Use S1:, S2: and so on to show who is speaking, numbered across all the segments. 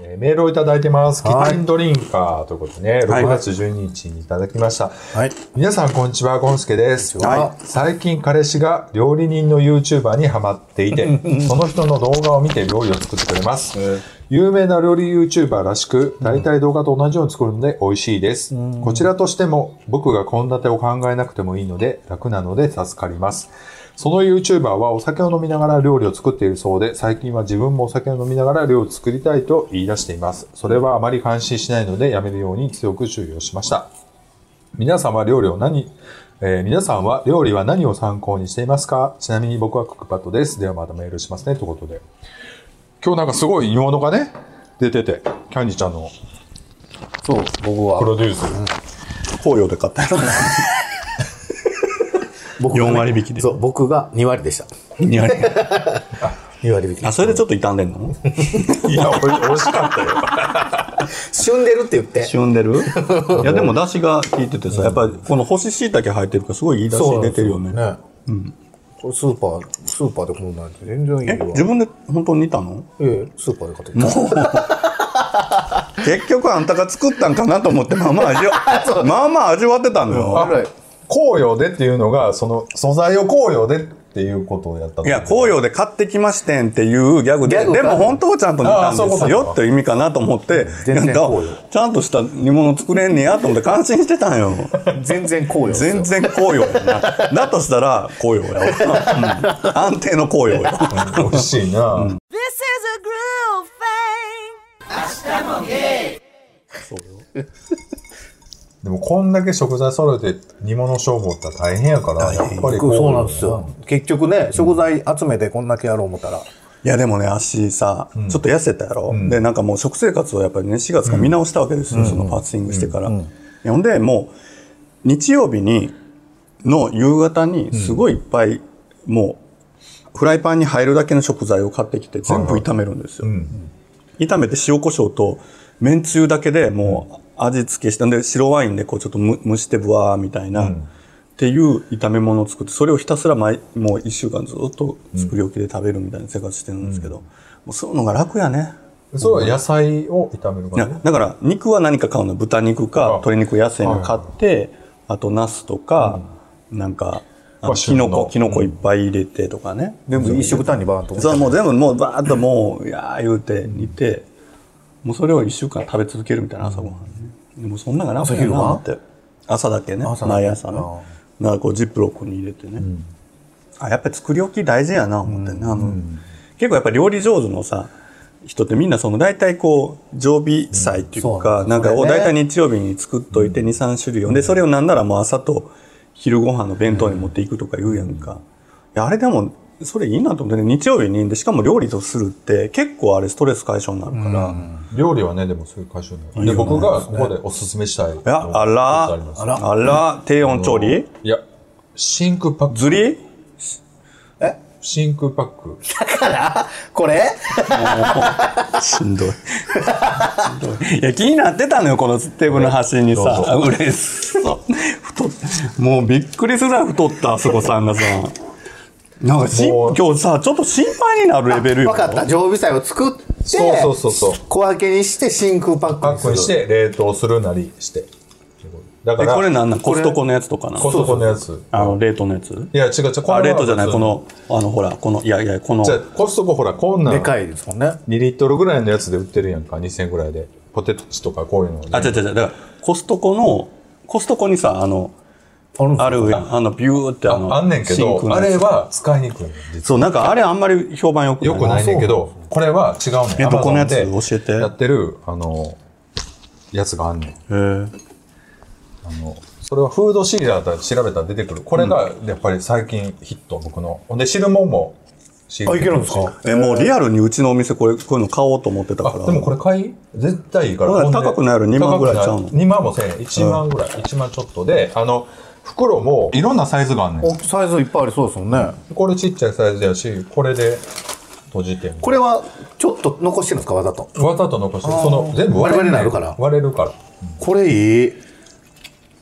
S1: えーメールをいただいてます。キ
S2: はい
S1: ッチンドリンカーということでね、
S2: はい
S1: 6月12日にいただきました。
S3: はい。
S1: 皆さん、こんにちは、ゴンスケです。
S2: にちは
S1: 最近、彼氏が料理人の YouTuber にハマっていて、その人の動画を見て料理を作ってくれます。有名な料理 YouTuber らしく、大体動画と同じように作るので美味しいです。こちらとしても、僕が献立を考えなくてもいいので、楽なので助かります。その YouTuber はお酒を飲みながら料理を作っているそうで、最近は自分もお酒を飲みながら料理を作りたいと言い出しています。それはあまり関心しないので、やめるように強く注意をしました。皆さんは料理を何、えー皆さんは料理は何を参考にしていますかちなみに僕はクックパッドです。ではまたメールしますね。ということで。今日なんかすごい煮物がね、出てて、キャンディちゃんの
S2: そう、僕
S1: プ
S2: は。
S1: ロデュース。
S3: 紅葉で買ったよ。
S2: 僕がね
S3: 4割引きで
S2: そう、僕が2割でした。
S3: 2割。
S2: 2割引き
S3: あ、。それでちょっと傷んでんの
S1: いや、おい美味しかったよ。
S2: 旬でるって言って。
S3: 旬でるいや、でも出汁が効いててさ、やっぱりこの干し椎茸入ってるからすごいいい出汁出てるよね。
S2: これスーパー、スーパーでこんなんて全然いい
S3: え、自
S2: わ。
S3: 分で本当に煮たの
S2: ええ、スーパーで買ってきた。
S3: 結局あんたが作ったんかなと思って、まあまあ 味わ、まあまあ味わってたのよ。
S2: あ
S1: 紅葉でっていうのが、その素材を紅葉でっていうことをやったの
S3: いや、紅葉で買ってきましてんっていうギャグで、
S2: ギャグか
S3: でも本当はちゃんと煮たん
S1: あーそういう
S3: で
S1: こ
S3: す
S1: と
S3: よっていう意味かなと思って、
S2: 全然
S3: いやだ
S2: 紅葉
S3: ちゃんとした煮物作れんねやと思って感心してたんよ。
S2: 全然こうよ。
S3: 全然紅葉やな。だとしたら紅葉やわ。うん安定の紅葉
S1: う
S3: よ。
S1: ん美味しいな。
S4: This is a groove thing.
S1: でもこんだけ食材揃えて煮物消防って大変やから、やっぱり紅葉
S2: そうなんですよ。結局ね、食材集めてこんだけやろう思ったら。
S3: いやでもね、足さ、ちょっと痩せたやろ、で、なんかもう食生活をやっぱりね、4月から見直したわけですよ、そのファスティングしてから。ほんで、もう、日曜日に、の夕方に、すごいいっぱい、もう、フライパンに入るだけの食材を買ってきて、全部炒めるんですよ。炒めて塩コショウと、めんつゆだけでもう、味付けして、んで、白ワインでこう、ちょっとむ蒸してぶわーみたいな、っていう炒め物を作って、それをひたすら毎、もう一週間ずっと作り置きで食べるみたいな生活してるんですけど、もうそういうのが楽やね。
S1: それは野菜を炒める
S3: い
S1: から
S3: や
S1: ね。
S3: だから、肉は何か買うの豚肉か、鶏肉野生の買って、あと、ナスとか、なんか、
S1: ま
S3: あの
S1: あ
S3: キノコ、
S1: 旬の
S3: キノコいっぱい入れてとかね。
S2: 全部一食単にバーンと。
S3: そう、もう全部もうバーッともう、いやー言うて、煮て、もうそれを一週間食べ続けるみたいな朝ごはんね。でもそんながな、朝
S2: 昼ご飯
S3: って。朝だけね、
S2: 朝だけ
S3: 毎朝ね。なんかこうジップロックに入れてね。あ、やっぱり作り置き大事やな、思ってね。あの結構やっぱり料理上手のさ、人ってみんなその大体こう常備菜っていう
S2: う
S3: か、
S2: んそう
S3: なんか
S2: そ
S3: お
S2: うだね
S3: 大体日曜日に作っといて23種類をでそれをなんならもう朝と昼ご飯の弁当に持っていくとか言うやんか、いやあれでもそれいいなと思ってね日曜日にでしかも料理とするって結構あれストレス解消になるから、い
S1: 料理はね、でもそういう会社に
S3: いよ
S1: で、
S3: ね
S1: 僕がここでおすすめしたい。
S3: やあら
S1: あります
S3: あら低温調理
S1: いや、真空パック。
S3: ずり
S1: 真空パック。
S2: これ
S3: しんどい いや気になってたのよこのテーブルの端にさうれしそう太っもうびっくりするぐらい太ったあそこさんがさなんかしん
S1: も
S3: 今
S1: う
S3: 日さちょっと心配になるレベルよ
S2: わかった。常備菜を作って、
S1: そうそうそうそう
S2: 小分けにして真空パック
S1: パ
S2: に
S1: ッ
S2: す
S1: ク
S2: る。
S1: にして、冷凍するなりして。だか
S3: え
S1: ら、
S3: これなんなんコストコのやつとかな
S1: コストコのやつ。
S3: あの冷凍のやつ
S1: いや、違う違う。こ
S3: あ
S1: の
S3: 冷凍じゃないこ。のあのほらこのいやいやこの
S1: じゃあコストコほら、こんなん
S2: で
S1: 2
S2: かいですもんね。
S1: リットルぐらいのやつで売ってるやんか。2000円ぐらいで。ポテチとかこういうのね
S3: あ違う違う違うだからコストコのコストコにさあの
S2: あるんですか
S3: あるやんあのビューってあの
S1: あんねんけ
S3: シンク
S1: ど、
S3: の
S1: あ
S3: やつ
S1: れは使いにくいねん実
S3: そうなんかあれあんまり評判よく
S1: は。よくないねんけど、これは違うねん。
S3: えどこのやつ
S1: Amazon で
S3: 教えて
S1: やってる、あの、やつがあんねん。
S3: へー
S1: あの、それはフードシリアだと調べたら出てくる。これが、やっぱり最近ヒット、僕の。ほんで、汁物も仕入
S2: あ、
S1: れ
S2: い
S1: て
S2: け
S1: く
S2: るん
S1: るし
S2: ですか
S3: えもうリアルにうちのお店これこういうの買おうと思ってたから
S1: あ、でもこれ買い絶対いいから。
S3: ほら
S1: ほんで
S3: 高くなる2万ぐらいちゃうの
S1: 高くなる ?2 万もせん。1万ぐらい。1万ちょっとで、あの、袋もいろんなサイズがあんね
S2: おサイズいっぱいありそうですもんね。
S1: ん。これちっちゃいサイズやし、これで閉じてみる
S2: これは、ちょっと残してるんですかわざと。
S1: わざと残してる、その、全部
S2: 割れ
S1: ねん
S2: なるから
S1: 割れるから。
S2: これいい。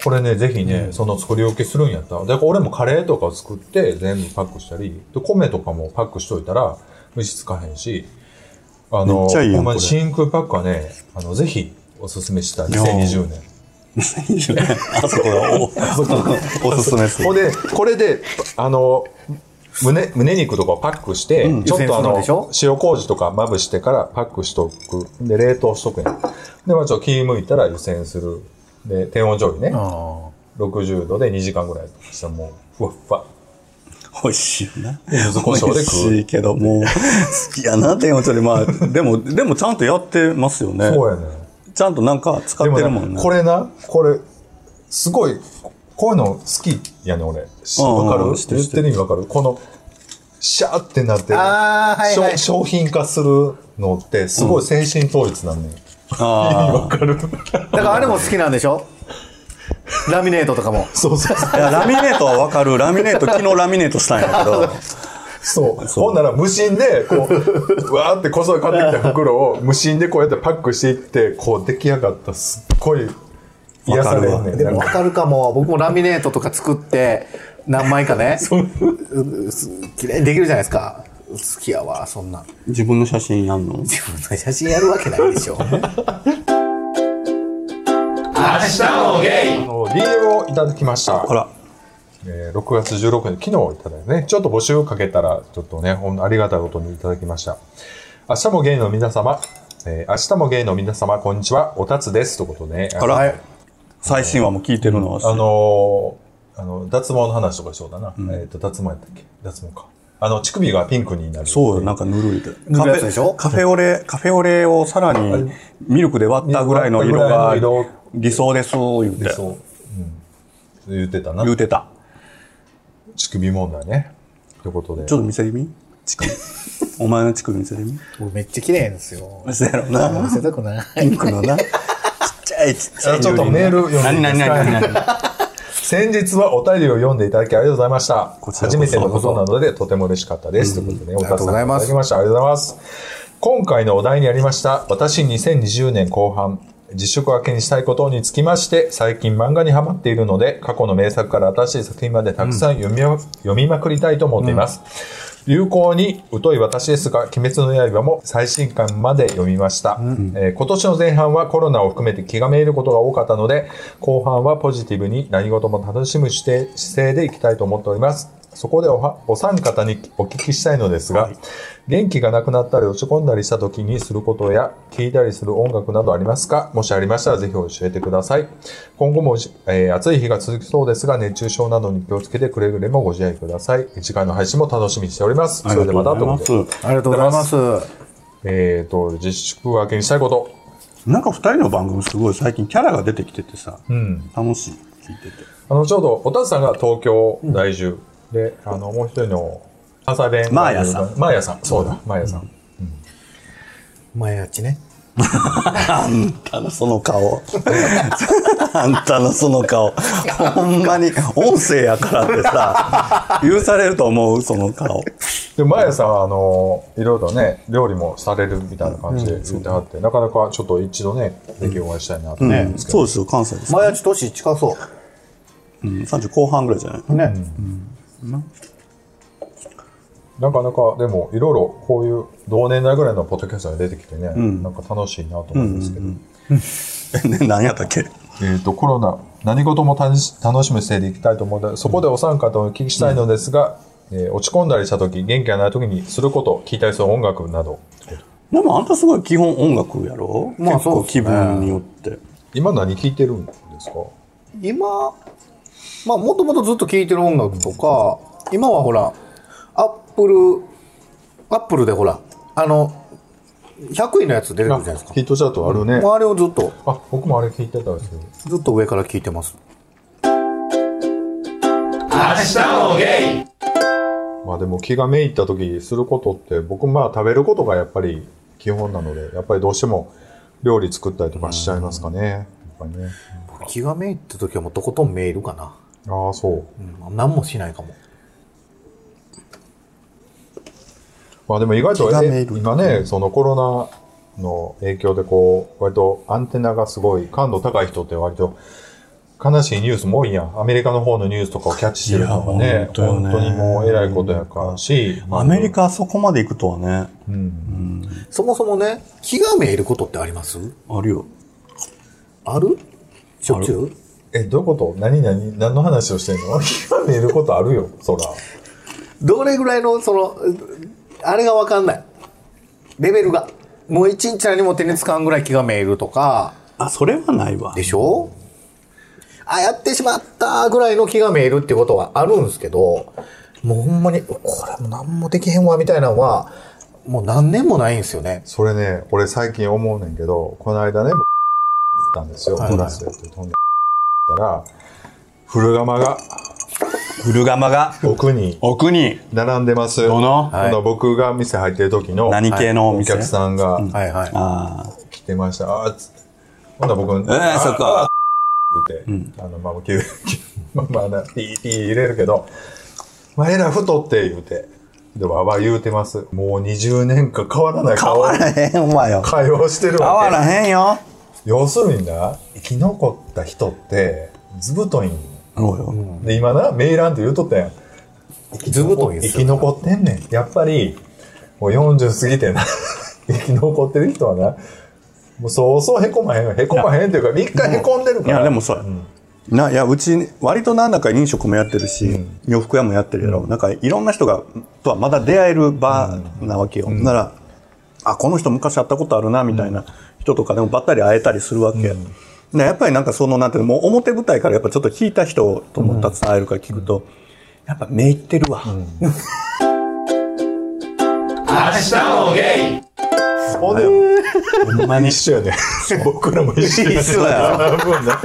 S1: これね、ぜひね、その作り置きするんやったら。で、俺もカレーとかを作って全部パックしたり、で、米とかもパックしといたら、虫つかへんし、あの、
S3: めっちゃいいやん
S1: ほんまに
S3: これ
S1: 真空パックはね、あの、ぜひおすすめしたい2020年。
S3: あそこがおおすすめです
S1: ほんで、これで、あの、胸、胸肉とかをパックして、ちょっとあ
S2: 湯煎するん
S1: の
S2: でしょ、
S1: 塩麹とかまぶしてからパックしとく。で、冷凍しとくやん。で、まあちょっと気向いたら湯煎する。で、低温調理ね。60度で2時間ぐらいしたらもう、ふわっふわ。
S3: 美味しいよな。
S1: 柚子胡椒
S3: 美
S1: で
S3: 味
S1: 食う
S3: しいけど、もう、好きやな、って思っちゃう。まあ、でも、でもちゃんとやってますよね。
S1: そうやね。
S3: ちゃんとなんか使って
S1: で
S3: る
S1: も
S3: も
S1: なん
S3: ね。
S1: これな、これ、すごい、ここういうの好きやねん、俺。し
S3: うんうん
S1: わかる
S3: 知ってる
S1: 言ってる意味わかるこの、シャーってなってる、
S2: あーはいはい
S1: 商商品化するのって、すごい精神統一なんねん。
S3: あ
S1: わかる
S2: だからあれも好きなんでしょラミネートとかも。
S1: そうそうそう
S3: あ。いや、ラミネートはわかる。ラミネート、昨日ラミネートしたんやけど。
S1: そう。 ほんなら無心で、こう、わーってこそ買ってきた袋を無心でこうやってパックしていって、こう出来上がった、すっごい癒されんねん。
S2: で
S1: なん
S2: も
S1: か
S2: わかるかも。僕もラミネートとか作って、何枚か ね。うす綺麗にできるじゃないですか。好きやわ、そんな。
S3: 自分の写真やんの
S2: 自分の写真やるわけないでしょ。
S1: あの DM をいただきました。
S3: あら、
S1: えー6月16日、昨日いただいてね、ちょっと募集をかけたら、ちょっとね、ほんありがたいことにいただきました。明日もゲイの皆様、えー明日もゲイの皆様、こんにちは、おたつです。ということでね、あ
S3: あら、
S1: の、
S3: 最新話も聞いてるのは、
S1: あのーあの脱毛の話とかしようだな。えっ、と、脱毛やったっけ脱毛か。あの、乳首がピンクになる。
S3: そうよ、なんかぬるいで。
S2: ぬるいやつでしょ
S3: カフェカフェオレ、カフェオレをさらにミルクで割ったぐらいの色が
S1: 割ったぐらいの
S3: 理想です、言うて。
S1: そう。うん。言ってたな
S3: 言。うてた。
S1: 乳首問題ね。ということで。
S3: ちょっと見せてみ乳首。お前の乳首見せてみ
S2: 僕めっちゃ綺麗です よ。
S3: そうやろな。
S2: 見せたくない。
S3: ピンクのな。ちっちゃいちっちゃい。
S1: ちょっとメール読んでいいですか
S3: 何何何何何
S1: 先日はお便りを読んでいただきありがとうございました。
S3: こちらこ
S1: 初
S3: そ
S1: めてのことなのでとても嬉しかったです。ということでね、お
S2: ありがとうございます
S1: ただきました。ありがとうございます。今回のお題にありました、私2020年後半、自粛明けにしたいことにつきまして、最近漫画にハマっているので、過去の名作から新しい作品までたくさん読み,、読みまくりたいと思っています。有効に疎い私ですが、鬼滅の刃も最新刊まで読みました、えー今年の前半はコロナを含めて気がめいることが多かったので、後半はポジティブに何事も楽しむ姿勢姿勢でいきたいと思っております。そこでおはお三方にお聞きしたいのですが、元気がなくなったり落ち込んだりした時にすることや、聴いたりする音楽などありますかもしありましたらぜひ教えてください。今後もじ、えー暑い日が続きそうですが、熱中症などに気をつけてくれぐれもご自愛ください。次回の配信も楽しみにしております。それではまたということで。
S2: ありがとうございます。
S1: えっ、と、自粛明けにしたいこと。
S3: なんか二人の番組すごい最近キャラが出てきててさ、
S1: ん
S3: 楽しい。聞いてて。
S1: あの、ちょうど、おたつさんが東京在住、で、あの、もう一人の、朝弁。
S3: マーヤさん
S1: マーヤさん。そうだ、マーヤさん。
S2: 前やっちね。
S3: あんたのその顔。 あんたのその顔。ほんまに、音声やからってさ、許されると思う、その顔。
S1: で、マヤさんは、あの、いろいろね、料理もされるみたいな感じで言ってはって、なかなかちょっと一度ね、ぜひお会いしたいなと思うんですけど。
S3: そうですよ、関西です。
S2: 前やっち年近そ。
S3: うん、30後半ぐらいじゃないう
S2: ね。
S1: なかなか、でも、いろいろこういう同年代ぐらいのポッドキャストが出てきてね、なんか楽しいなと思うんですけど。
S3: え、 ね、何やったっけ
S1: えー、とコロナ何事も楽し楽しむ姿勢でいきたいと思うのでそこでお三方にお聞きしたいのですが、えー落ち込んだりした時元気がない時にすること聞いたりする音楽など
S3: でもあんたすごい基本音楽やろ
S2: まあ
S3: 結
S2: そう
S3: 構
S2: っす
S3: 気
S2: ね
S3: 分によって。
S1: 今何聞いてるんですか
S2: 今、まあ、もともとずっと聴いてる音楽とか、今はほら、アップル、アップルでほら、あの、100位のやつ出てくるじゃないですか。
S1: ヒットチャートあるね、
S2: もうあれをずっと、
S1: あ僕もあれ聞いてたんですけど
S2: ずっと上から聴いてます。
S1: まあでも気がめいった時にすることって僕まあ食べることがやっぱり基本なのでやっぱりどうしても料理作ったりとかしちゃいますかねやっぱりね
S2: 気がめいった時はもうとことんメールかな。
S1: ああそう
S2: うん、何もしないかも。
S1: まあでも意外と
S3: 気がめ
S1: え
S3: いる
S1: 今ね、そのコロナの影響でこう、割とアンテナがすごい、感度高い人って割と悲しいニュースも多いやん。アメリカの方のニュースとかをキャッチしてるのが
S3: いや
S1: ね、
S3: 本当よ
S1: 本
S3: ね
S1: 当にもう偉いことやからし。
S3: アメリカあそこまで行くとはね、
S1: うん。
S2: そもそもね、気がめいることってあります
S3: あるよ。
S2: あるしょっちゅう
S1: え、どういうこと何何何の話をしてんの 気が見えることあるよ、そら。
S2: どれぐらいの、その、あれがわかんない。レベルが。もう一日何も手につかんぐらい気がめいるとか、
S3: あ、それはないわ
S2: で。しょあ、やってしまったぐらいの気がめいるってことはあるんですけど、もうほんまに、これも何もできへんわ、みたいなのは、もう何年もないんですよね。
S1: それね、俺最近思うねんけど、この間ね、僕行ったんですよ、
S2: はい
S1: クラスで。飛んでたら、古釜が
S3: 古釜が
S1: 奥に
S3: 奥に、
S1: 並んでます。
S3: どの
S1: あの僕が店入ってる時の
S3: 何系のお
S1: お
S3: 店、
S1: 客さんが
S2: はいはい。
S3: ああ。
S1: 来てました。あーつほんなら僕、
S3: ええそっか。
S1: って、あの、まあ、きゅ まあ、まあな、ピーピー入れるけど、まあ、えらい太って言うて、で、わわ言うてます。もう20年間変わらない
S3: 変
S1: 顔、
S3: わらへんわよ。
S1: 会話をしてる
S3: 変わ
S1: わ
S3: らへんよ。
S1: け。要するにな、生き残った人って、ずぶといんよ
S3: そうよ。
S1: で、今な、メイランって言うとったやん。
S2: ずぶといんで
S1: 生
S2: す
S1: き
S2: よ。
S1: 残ってんねん。やっぱり、もう40過ぎてな、 生き残ってる人はな、もうそうそうへこまへんよ。へこまへんっていうか、3日へこんでる
S3: い
S1: から。
S3: や、でもそうや。ないやうち割となんだか飲食もやってるし、洋服屋もやってるやろ、なんかいろんな人がとはまだ出会える場なわけよ、ならあこの人昔会ったことあるなみたいな人とかでもばったり会えたりするわけ、ねやっぱりなんかそのなんていうのもう表舞台からやっぱちょっと引いた人ともたくさん会えるから聞くと、やっぱ目いってるわ、
S1: ほんで、
S3: ほんま に
S1: 一緒やね。僕らも一緒やね。
S3: 一緒 や
S1: 分な。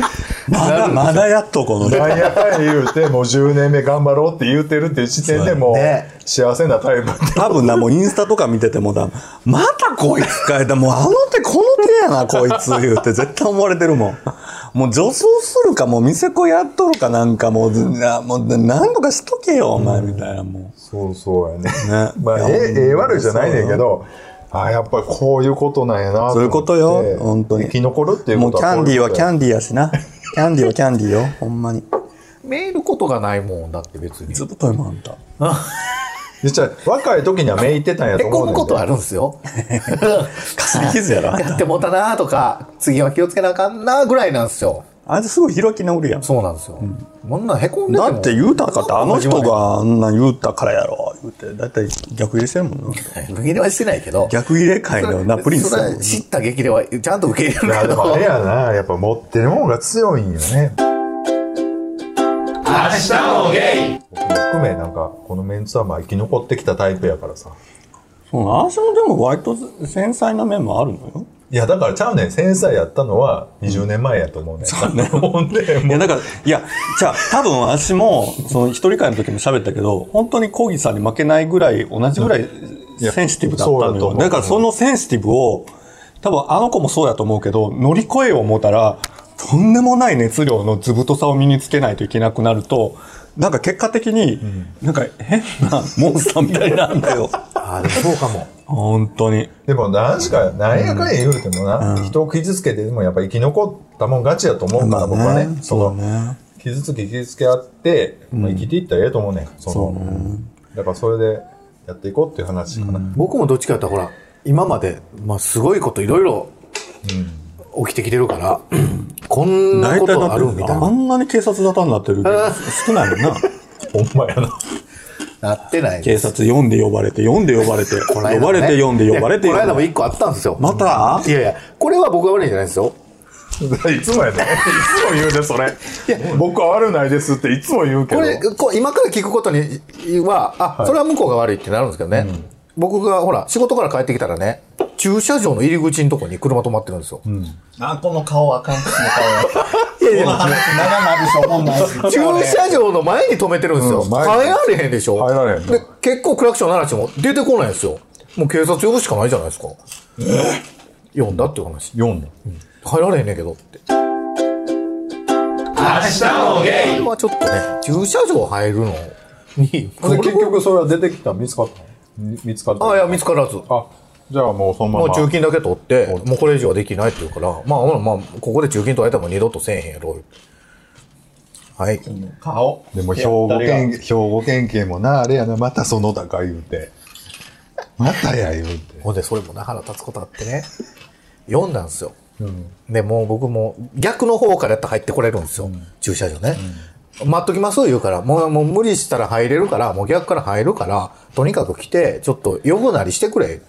S3: まだまだやっとこのね
S1: なんやかんや言うて、もう10年目頑張ろうって言うてるっていう時点でもう
S2: そうやね、
S1: 幸せなタイプって。
S3: 多分な、もうインスタとか見ててもだ、またこいつ変えた、もうあの手この手やな、こいつ言うて絶対思われてるもん。もう女装するか、もう店子やっとるかなんかもう、なもうなんとかしとけよ、お前みたいな、も
S1: そうそうやね。
S3: う。ね。
S1: まあ、
S3: いや
S1: えええ悪いじゃないねんけ。ど、ああ、やっぱりこういうことなんやな
S3: そういうことよ
S1: 思って
S3: 本当に
S1: 生き残るっていう
S3: も
S1: こ
S3: う
S1: と
S3: キャンディーはキ
S1: ン
S3: ャンディーやしな。キャンディーはキャンディーよ、 ほんまに。
S2: めいることがないもんだって別に。
S3: ずっといもんあんた。
S1: ディー。じゃあ若い時には目いってたんや
S2: へ
S1: と思
S2: こ
S1: うね
S2: む
S1: ん
S2: こと
S1: け
S2: はあるんです よ。
S3: かすり傷やろ、あん
S2: や
S3: た
S2: ってもうたなとか、次は気をつけなあかんなぐらいなんですよ。
S3: あいつすごい開き直るやん。
S2: そうなんですよ。こんなんへこんで
S3: だ
S2: も
S3: って言うたかって、あの人。があんなん言うたからやろ、言うて。だいたい逆入れしてるもんな。
S2: 受け入れはしてないけど。
S3: 逆入れ会のな、プリンス
S2: そ
S3: や
S2: れ
S3: もん
S2: は
S3: な
S2: 知った激励はちゃんと受け
S1: い
S2: 入れる
S1: や
S2: け
S1: でも
S2: ど
S1: あれ。やな、やっぱ持ってるもんが強いんよね。明日もゲイ含め、なんか、このメンツはまあ生き残ってきたタイプやからさ。
S3: そうなん、私もでも割と繊細な面もあるのよ。
S1: いや、だからちゃうねん。繊細やったのは20年前やと思うねん。そうね。 ほんで、
S3: い
S1: も
S3: や、
S1: う。
S3: だから、いや、じゃあ、多分私も、その一人会の時も喋ったけど、本当にコーギーさんに負けないぐらい、同じぐらい
S1: や
S3: センシティブだったの
S1: そうだと
S3: よ。
S1: 思う
S3: だからそのセンシティブを、多分あの子もそうやと思うけど、乗り越えよう思ったら、とんでもない熱量の図太さを身につけないといけなくなると、なんか結果的に、なんか変なモンスターみたいになるんだよ。
S2: あでもそうかも。
S3: 本当に。
S1: でも何しか、何やかんや言うてもな、人を傷つけてでもやっぱ生き残ったもん勝ちやと思うから、僕はね。
S3: そうだ
S1: の
S3: ね。
S1: 傷つき傷つけあって、まあ、生きていったらええと思うねん。そのだからそれでやっていこうっていう話かな。
S2: 僕もどっちかやったらほら、今まで、まあすごいこといろいろ起きてきてるから、こんな
S3: 大
S2: こ
S3: 体
S2: と
S3: だ
S2: あるみ
S3: ったて
S2: い
S3: あ
S2: な。
S3: んなに警察沙汰になってるけど少ないもんな
S1: ほんまやな。
S2: なってない。
S3: 警察読んで呼ばれて読んで呼ばれて 呼
S2: この間も
S3: ば
S2: ね
S3: れて読んで呼ばれて
S2: いやこの間
S3: 呼ば
S2: も
S3: れて
S2: 一個あったんですよ。
S3: また
S2: いやいや、これは僕が悪いんじゃないですよ。
S1: いつもやで。いつも言うで、それ。僕は悪ないですっていつも言うけ
S2: こ
S1: ど。
S2: れ、こう今から聞くことには、あ、それは向こうが悪いってなるんですけどね。僕がほら、仕事から帰ってきたらね、駐車場の入り口のとこに車止まってるんですよ。
S5: あ、この顔あかんっすね、 顔。この話、長なるし、おもんないし。
S2: 駐車場の前に止めてるんですよ。
S1: うん前に
S2: 入られへんでしょ。
S1: 入られへん
S2: で、結構クラクション鳴らしても出てこないんですよ。もう警察呼ぶしかないじゃないですか。呼んだっていう話。
S1: 読んだ。
S2: 入られへんねんけどって。明日もゲイこれはちょっとね、駐車場入るのに、
S1: ほんで結局それは出てきた、見つかった。み見つかった。
S2: あ、いや、見つからず。
S1: あ、じゃあもうその
S2: も
S1: ま
S2: う
S1: ま。
S2: 中金だけ取って、もうこれ以上はできないって言うから、まあまあまあ、ここで中金取られたらもう二度とせえへんやろ。はい。
S5: 顔。
S1: でも兵庫
S5: いや誰
S1: 県、兵庫県警もな、あれやな、またそのだか言うて。またや言うて。
S2: ほんで、それもな、腹立つことあって ね、読んだんですよ。で、もう僕も逆の方からやったら入ってこれるんですよ。駐車場ね。待っときます言うから、もう、もう無理したら入れるから、もう逆から入るから、とにかく来て、ちょっと呼ぶなりしてくれ。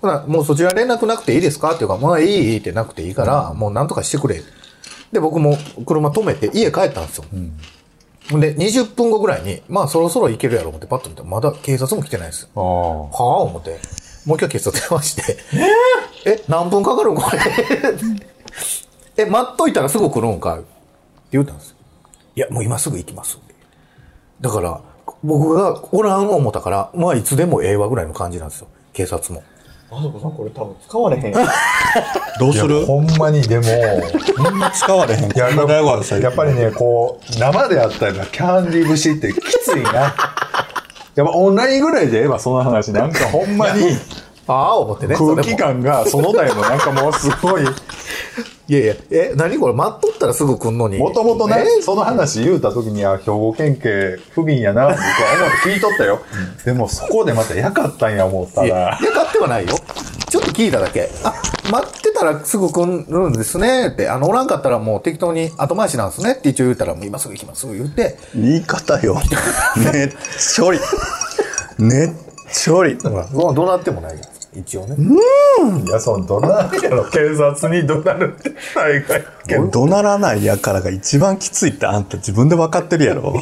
S2: ほな、もうそちら連絡なくていいですかっていうから、まあいいいいってなくていいから、もうなんとかしてくれ。で、僕も車止めて家帰ったんですよ。ほんで、20分後ぐらいに、まあそろそろ行けるやろう思ってパッと見て、まだ警察も来てないんですよ。
S1: ああ。
S2: はあ思って。もう一回警察電話して。え何分かかるんこ れ。え、待っといたらすぐ来るんかいって言ったんですよ。いや、もう今すぐ行きます。だから、僕がおらん思ったから、まあいつでもええわぐらいの感じなんですよ。警察も。
S5: あそこさん、これ多分使われへん。
S3: どうす
S1: いや
S3: る
S1: ほんまに、でも、
S3: みんな使われへん。
S1: や
S3: こんなライブある
S1: やっぱり。ね、こう、生であったらキャンディー節ってきついな。やっぱオンラインぐらいで言えばその話、なんかほんまに
S2: ああ思ってね。
S1: 空気
S2: それも
S1: 感が、その台もなんかもうすごい、
S2: いやいや、え、何これ待っとったらすぐ来んのに。
S1: もともとね
S2: え、
S1: その話言うた時に、あ、兵庫県警不憫やな、僕は思って聞いとったよ。でもそこでまたやかったんや思った
S2: いや
S1: ら、、
S2: いや買ってはないよ。ちょっと聞いただけ。あ、待ってたらすぐ来るんですねって、あの、おらんかったらもう適当に後回しなんですねって一応言ったら、もう今すぐ行きます、言って。
S3: 言い方 よ。ねっちょり。ねっちょり。
S2: どうどうなってもないやん一応ね。
S1: いや、そのどなるやろ、警察にどなるって大概。
S3: 怒鳴らないやからが一番きついってあんた自分で分かってるやろ。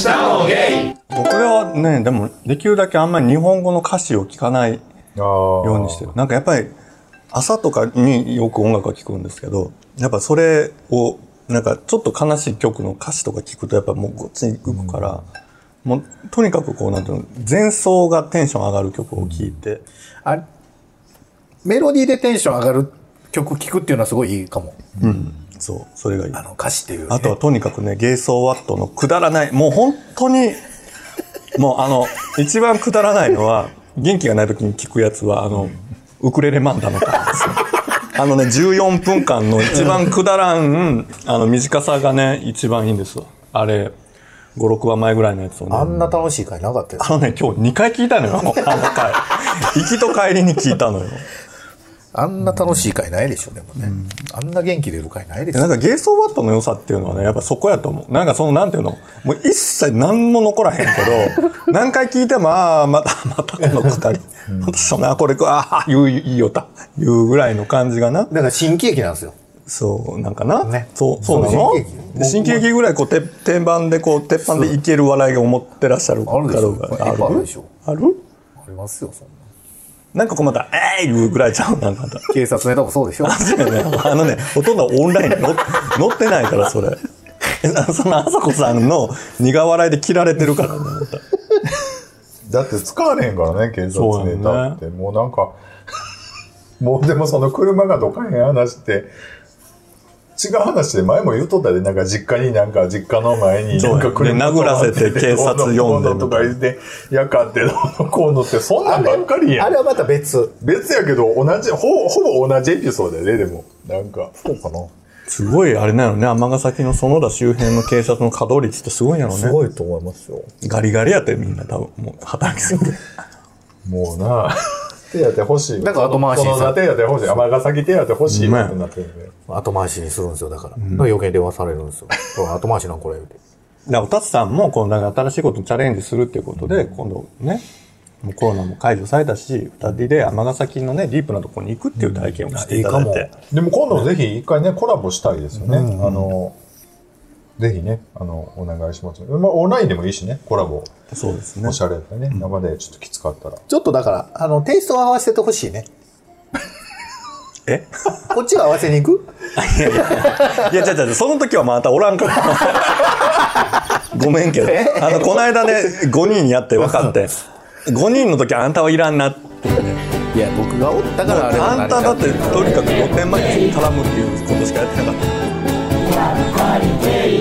S3: 僕はね、でもできるだけあんまり日本語の歌詞を聞かないようにしてる。なんかやっぱり朝とかによく音楽は聞くんですけど、やっぱそれを、なんかちょっと悲しい曲の歌詞とか聞くとやっぱもうごっついくから、もうとにかくこうなんていうの、前奏がテンション上がる曲を聴いて、
S2: あれメロディーでテンション上がる曲聴くっていうのはすごいいいかも。
S3: そう、それがいい。
S2: あの、歌詞っていう、ね。
S3: あとはとにかくね、ゲイソーワットのくだらない、もう本当に、もうあの、一番くだらないのは、元気がない時に聞くやつは、あの、ウクレレ漫談の回 ですよ。あのね、14分間の一番くだらん、あの、短さがね、一番いいんですよ。あれ、5、6話前ぐらいのやつをね。
S2: あんな楽しい回なかったよ
S3: あのね、今日2回聞いたのよ、あの回。行きと帰りに聞いたのよ。
S2: あんな楽しい回ないでしょ、でもね。あんな元気出る回ないで
S3: ですな
S2: よ。
S3: んかゲイソーバットの良さっていうのはね、やっぱそこやと思う。なんかその、なんていうの、もう一切何も残らへんけ ど、何回聞いても、ああ、また、 またこのくだり、またそんな、これ、ああ、言う、いいよた、言うぐらいの感じがな。
S2: だから新喜劇なんですよ。
S3: そう、なんかな。
S2: ね
S3: そう、そうな
S2: そ
S3: の
S2: う新喜劇
S3: で新喜劇ぐらい、こう、て、天板で、こう、鉄板でいける笑いが思ってらっしゃるか
S2: あるでし
S3: ど
S2: ょ。
S3: う
S2: いっ
S3: か。
S2: ぱいあるでしょ。
S3: ある
S2: ありますよ、そんな。
S3: なんかこう、また、ええー、言うぐらいちゃうなんかあんた。
S2: 警察ネタもそうでしょ。
S3: そうよねあのね、ほとんどオンラインに載っ載ってないから、それ。 えそのあさこさんの苦笑いで切られてるからね。
S1: だって使われへんからね、警察ネ
S3: そうや
S1: タ
S3: ね
S1: って。もうなんか、 もうでもその車がどかへん話って、違う話で前も言うとったで、なんか実家になんか実家の前に
S3: そう
S1: な
S3: や
S1: んか車
S3: で殴らせて
S1: 止まって
S3: 警察呼んで
S1: どうのこうのとか言って、やかってどうのこうのって、そんなんばっかりや
S2: あ
S1: ん
S2: れ。はまた別。
S1: 別やけど、同じ、ほほぼ同じエピソードやで、でも。なんか。そうかな。
S3: すごい、あれなのね、尼崎の園田周辺の警察の稼働率ってすごいんやろね。
S2: いと思いますよ。
S3: ガリガリやってみんな多分、もう働きす ぎて。
S1: もうな 手当て欲しい。
S2: だから後回しにさ
S1: その手当て欲しい。尼崎手当て欲しいわってなってるんで。
S2: 後回しにするんですよ、だから。だから余計に電話されるん ですよ。ほら後回しなんこれ言うて。
S3: だから、おたつさんも、この、なんか新しいことにチャレンジするっていうことで、今度ね、もうコロナも解除されたし、二人で尼崎のね、ディープなところに行くっていう体験をしていただいて。
S2: いいか
S1: でも今度ぜひ一回ね、コラボしたいですよね。あの、ぜひね、あの、お願いします。まあ、オンラインでもいいしね、コラボ。
S3: そうですね
S1: お。しゃれだね。生でちょっときつかったら。
S2: ちょっとだから、あの、テイストを合わせてほしいね。
S3: え
S2: こっちが合わせに行く
S3: いやいや、いや、じゃじゃその時はまたおらんから。ごめんけど。あの、この間ね、5人やって分かって。5人の時あんたはいらんなって。
S2: いや、僕がおったからあれは
S3: あ
S2: なんれちゃ
S3: た
S2: う
S3: だって、とにかく5点まで絡むっていうことしかやってなかった。
S6: Party day,